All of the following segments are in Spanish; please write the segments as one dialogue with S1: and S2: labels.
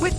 S1: With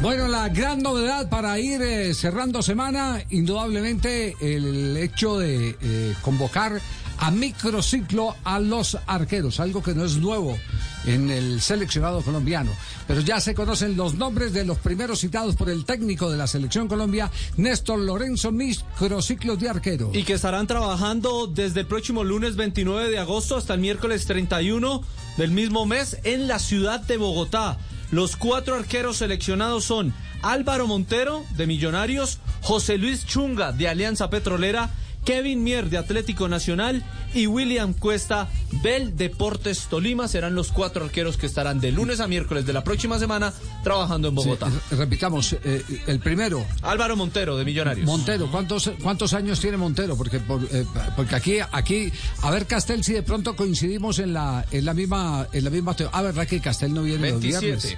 S2: Bueno, la gran novedad para ir eh, cerrando semana, indudablemente el hecho de eh, convocar a microciclo a los arqueros, algo que no es nuevo en el seleccionado colombiano. Pero ya se conocen los nombres de los primeros citados por el técnico de la selección Colombia, Néstor Lorenzo, microciclos de arquero.
S3: Y que estarán trabajando desde el próximo lunes 29 de agosto hasta el miércoles 31 del mismo mes en la ciudad de Bogotá. Los cuatro arqueros seleccionados son Álvaro Montero de Millonarios, José Luis Chunga de Alianza Petrolera, Kevin Mier de Atlético Nacional y William Cuesta del Deportes Tolima. Serán los cuatro arqueros que estarán de lunes a miércoles de la próxima semana trabajando en
S2: Sí,
S3: Bogotá.
S2: eh, repitamos, eh, el primero,
S3: Álvaro Montero de Millonarios.
S2: Montero, ¿cuántos, cuántos años tiene Montero? Porque, por- eh, porque aquí, aquí, a ver, Castel, si de pronto coincidimos en la, en la misma, en la misma teo- Ah, verdad que Castel no viene los
S4: 27.
S2: viernes.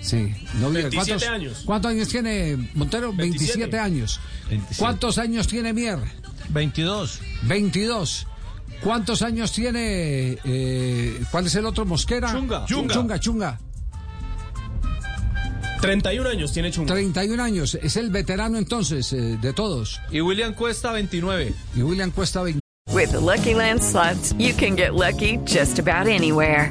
S2: Sí, no viene.
S4: 27
S2: ¿Cuántos
S4: años.
S2: ¿Cuántos años tiene Montero? 27,
S4: 27.
S2: años.
S3: 27.
S2: ¿Cuántos años tiene Mier?
S3: 22.
S2: 22. ¿Cuántos años tiene? eh, ¿Cuál es el otro? Mosquera.
S3: Chunga.
S2: Chunga,
S4: Chunga.
S2: Chunga. Chunga.
S4: 31 años tiene Chunga.
S2: 31 años. Es el veterano entonces eh, de todos.
S3: Y William Cuesta 29.
S2: Y William cuesta 20.
S1: With Lucky Land slots, you can get lucky just about anywhere.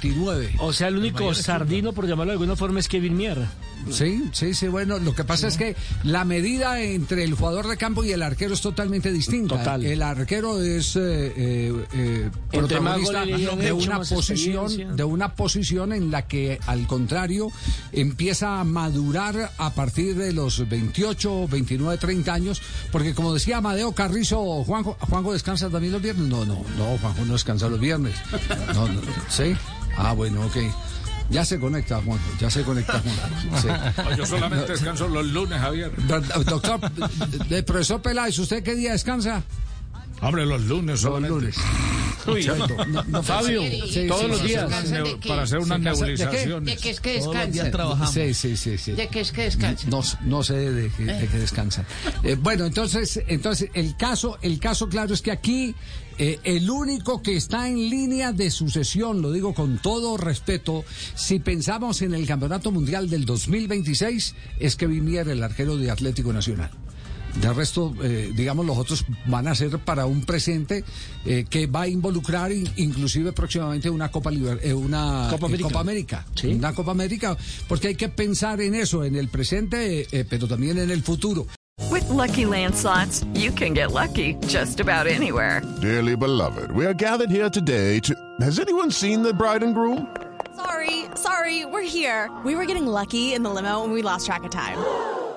S2: 29.
S5: O sea, el único sardino, por llamarlo de alguna forma, es Kevin Mier.
S2: Sí, sí, sí, bueno, lo que pasa es que la medida entre el jugador de campo y el arquero es totalmente distinta.
S5: Total.
S2: El arquero es eh, eh, eh,
S5: Entre más
S2: protagonista
S5: goles le han
S2: de
S5: hecho,
S2: una
S5: más experiencia.
S2: posición, de una posición en la que al contrario empieza a madurar a partir de los 28, 29, 30 años, porque como decía Amadeo Carrizo, Juanjo, Juanjo descansa también los viernes. No, no, no, Juanjo no descansa los viernes. No, no, sí. Ah, bueno, ok. Ya se conecta, Juanjo, ya se conecta, Juanjo. Sí.
S6: Yo solamente descanso los lunes, Javier.
S2: Do- do- Doctor, eh, profesor Peláez, ¿usted qué día descansa?
S6: Hombre, los lunes
S2: Los
S6: solamente.
S2: lunes.
S5: Fabio,
S2: Sí,
S5: todos
S2: sí,
S5: los
S2: sí,
S5: días.
S6: Para
S7: ¿De
S6: hacer-
S7: qué?
S6: Para hacer unas
S2: ¿Se cansa de qué?
S6: nebulizaciones.
S7: que es que
S5: Todos los días
S7: descansan.
S5: trabajamos.
S2: Sí, sí, sí, sí.
S7: De que es que descansan.
S2: No, no sé de qué, de qué descansa. Eh, bueno, entonces, entonces el caso, el caso claro es que aquí eh, el único que está en línea de sucesión, lo digo con todo respeto, si pensamos en el Campeonato Mundial del 2026, es que viniera el arquero de Atlético Nacional. De resto, eh, digamos, los otros van a ser para un presente eh, que va a involucrar in- inclusive próximamente una Copa, Liber- eh, una
S5: Copa
S2: eh,
S5: América.
S2: Copa América.
S5: Sí.
S2: Una Copa América, porque hay que pensar en eso, en el presente, eh, eh, pero también en el futuro.
S1: With Lucky Land slots, you can get lucky just about anywhere.
S8: Dearly beloved, we are gathered here today to. Has anyone seen the bride and groom?
S9: Sorry, sorry, we're here. We were getting lucky in the limo and we lost track of time.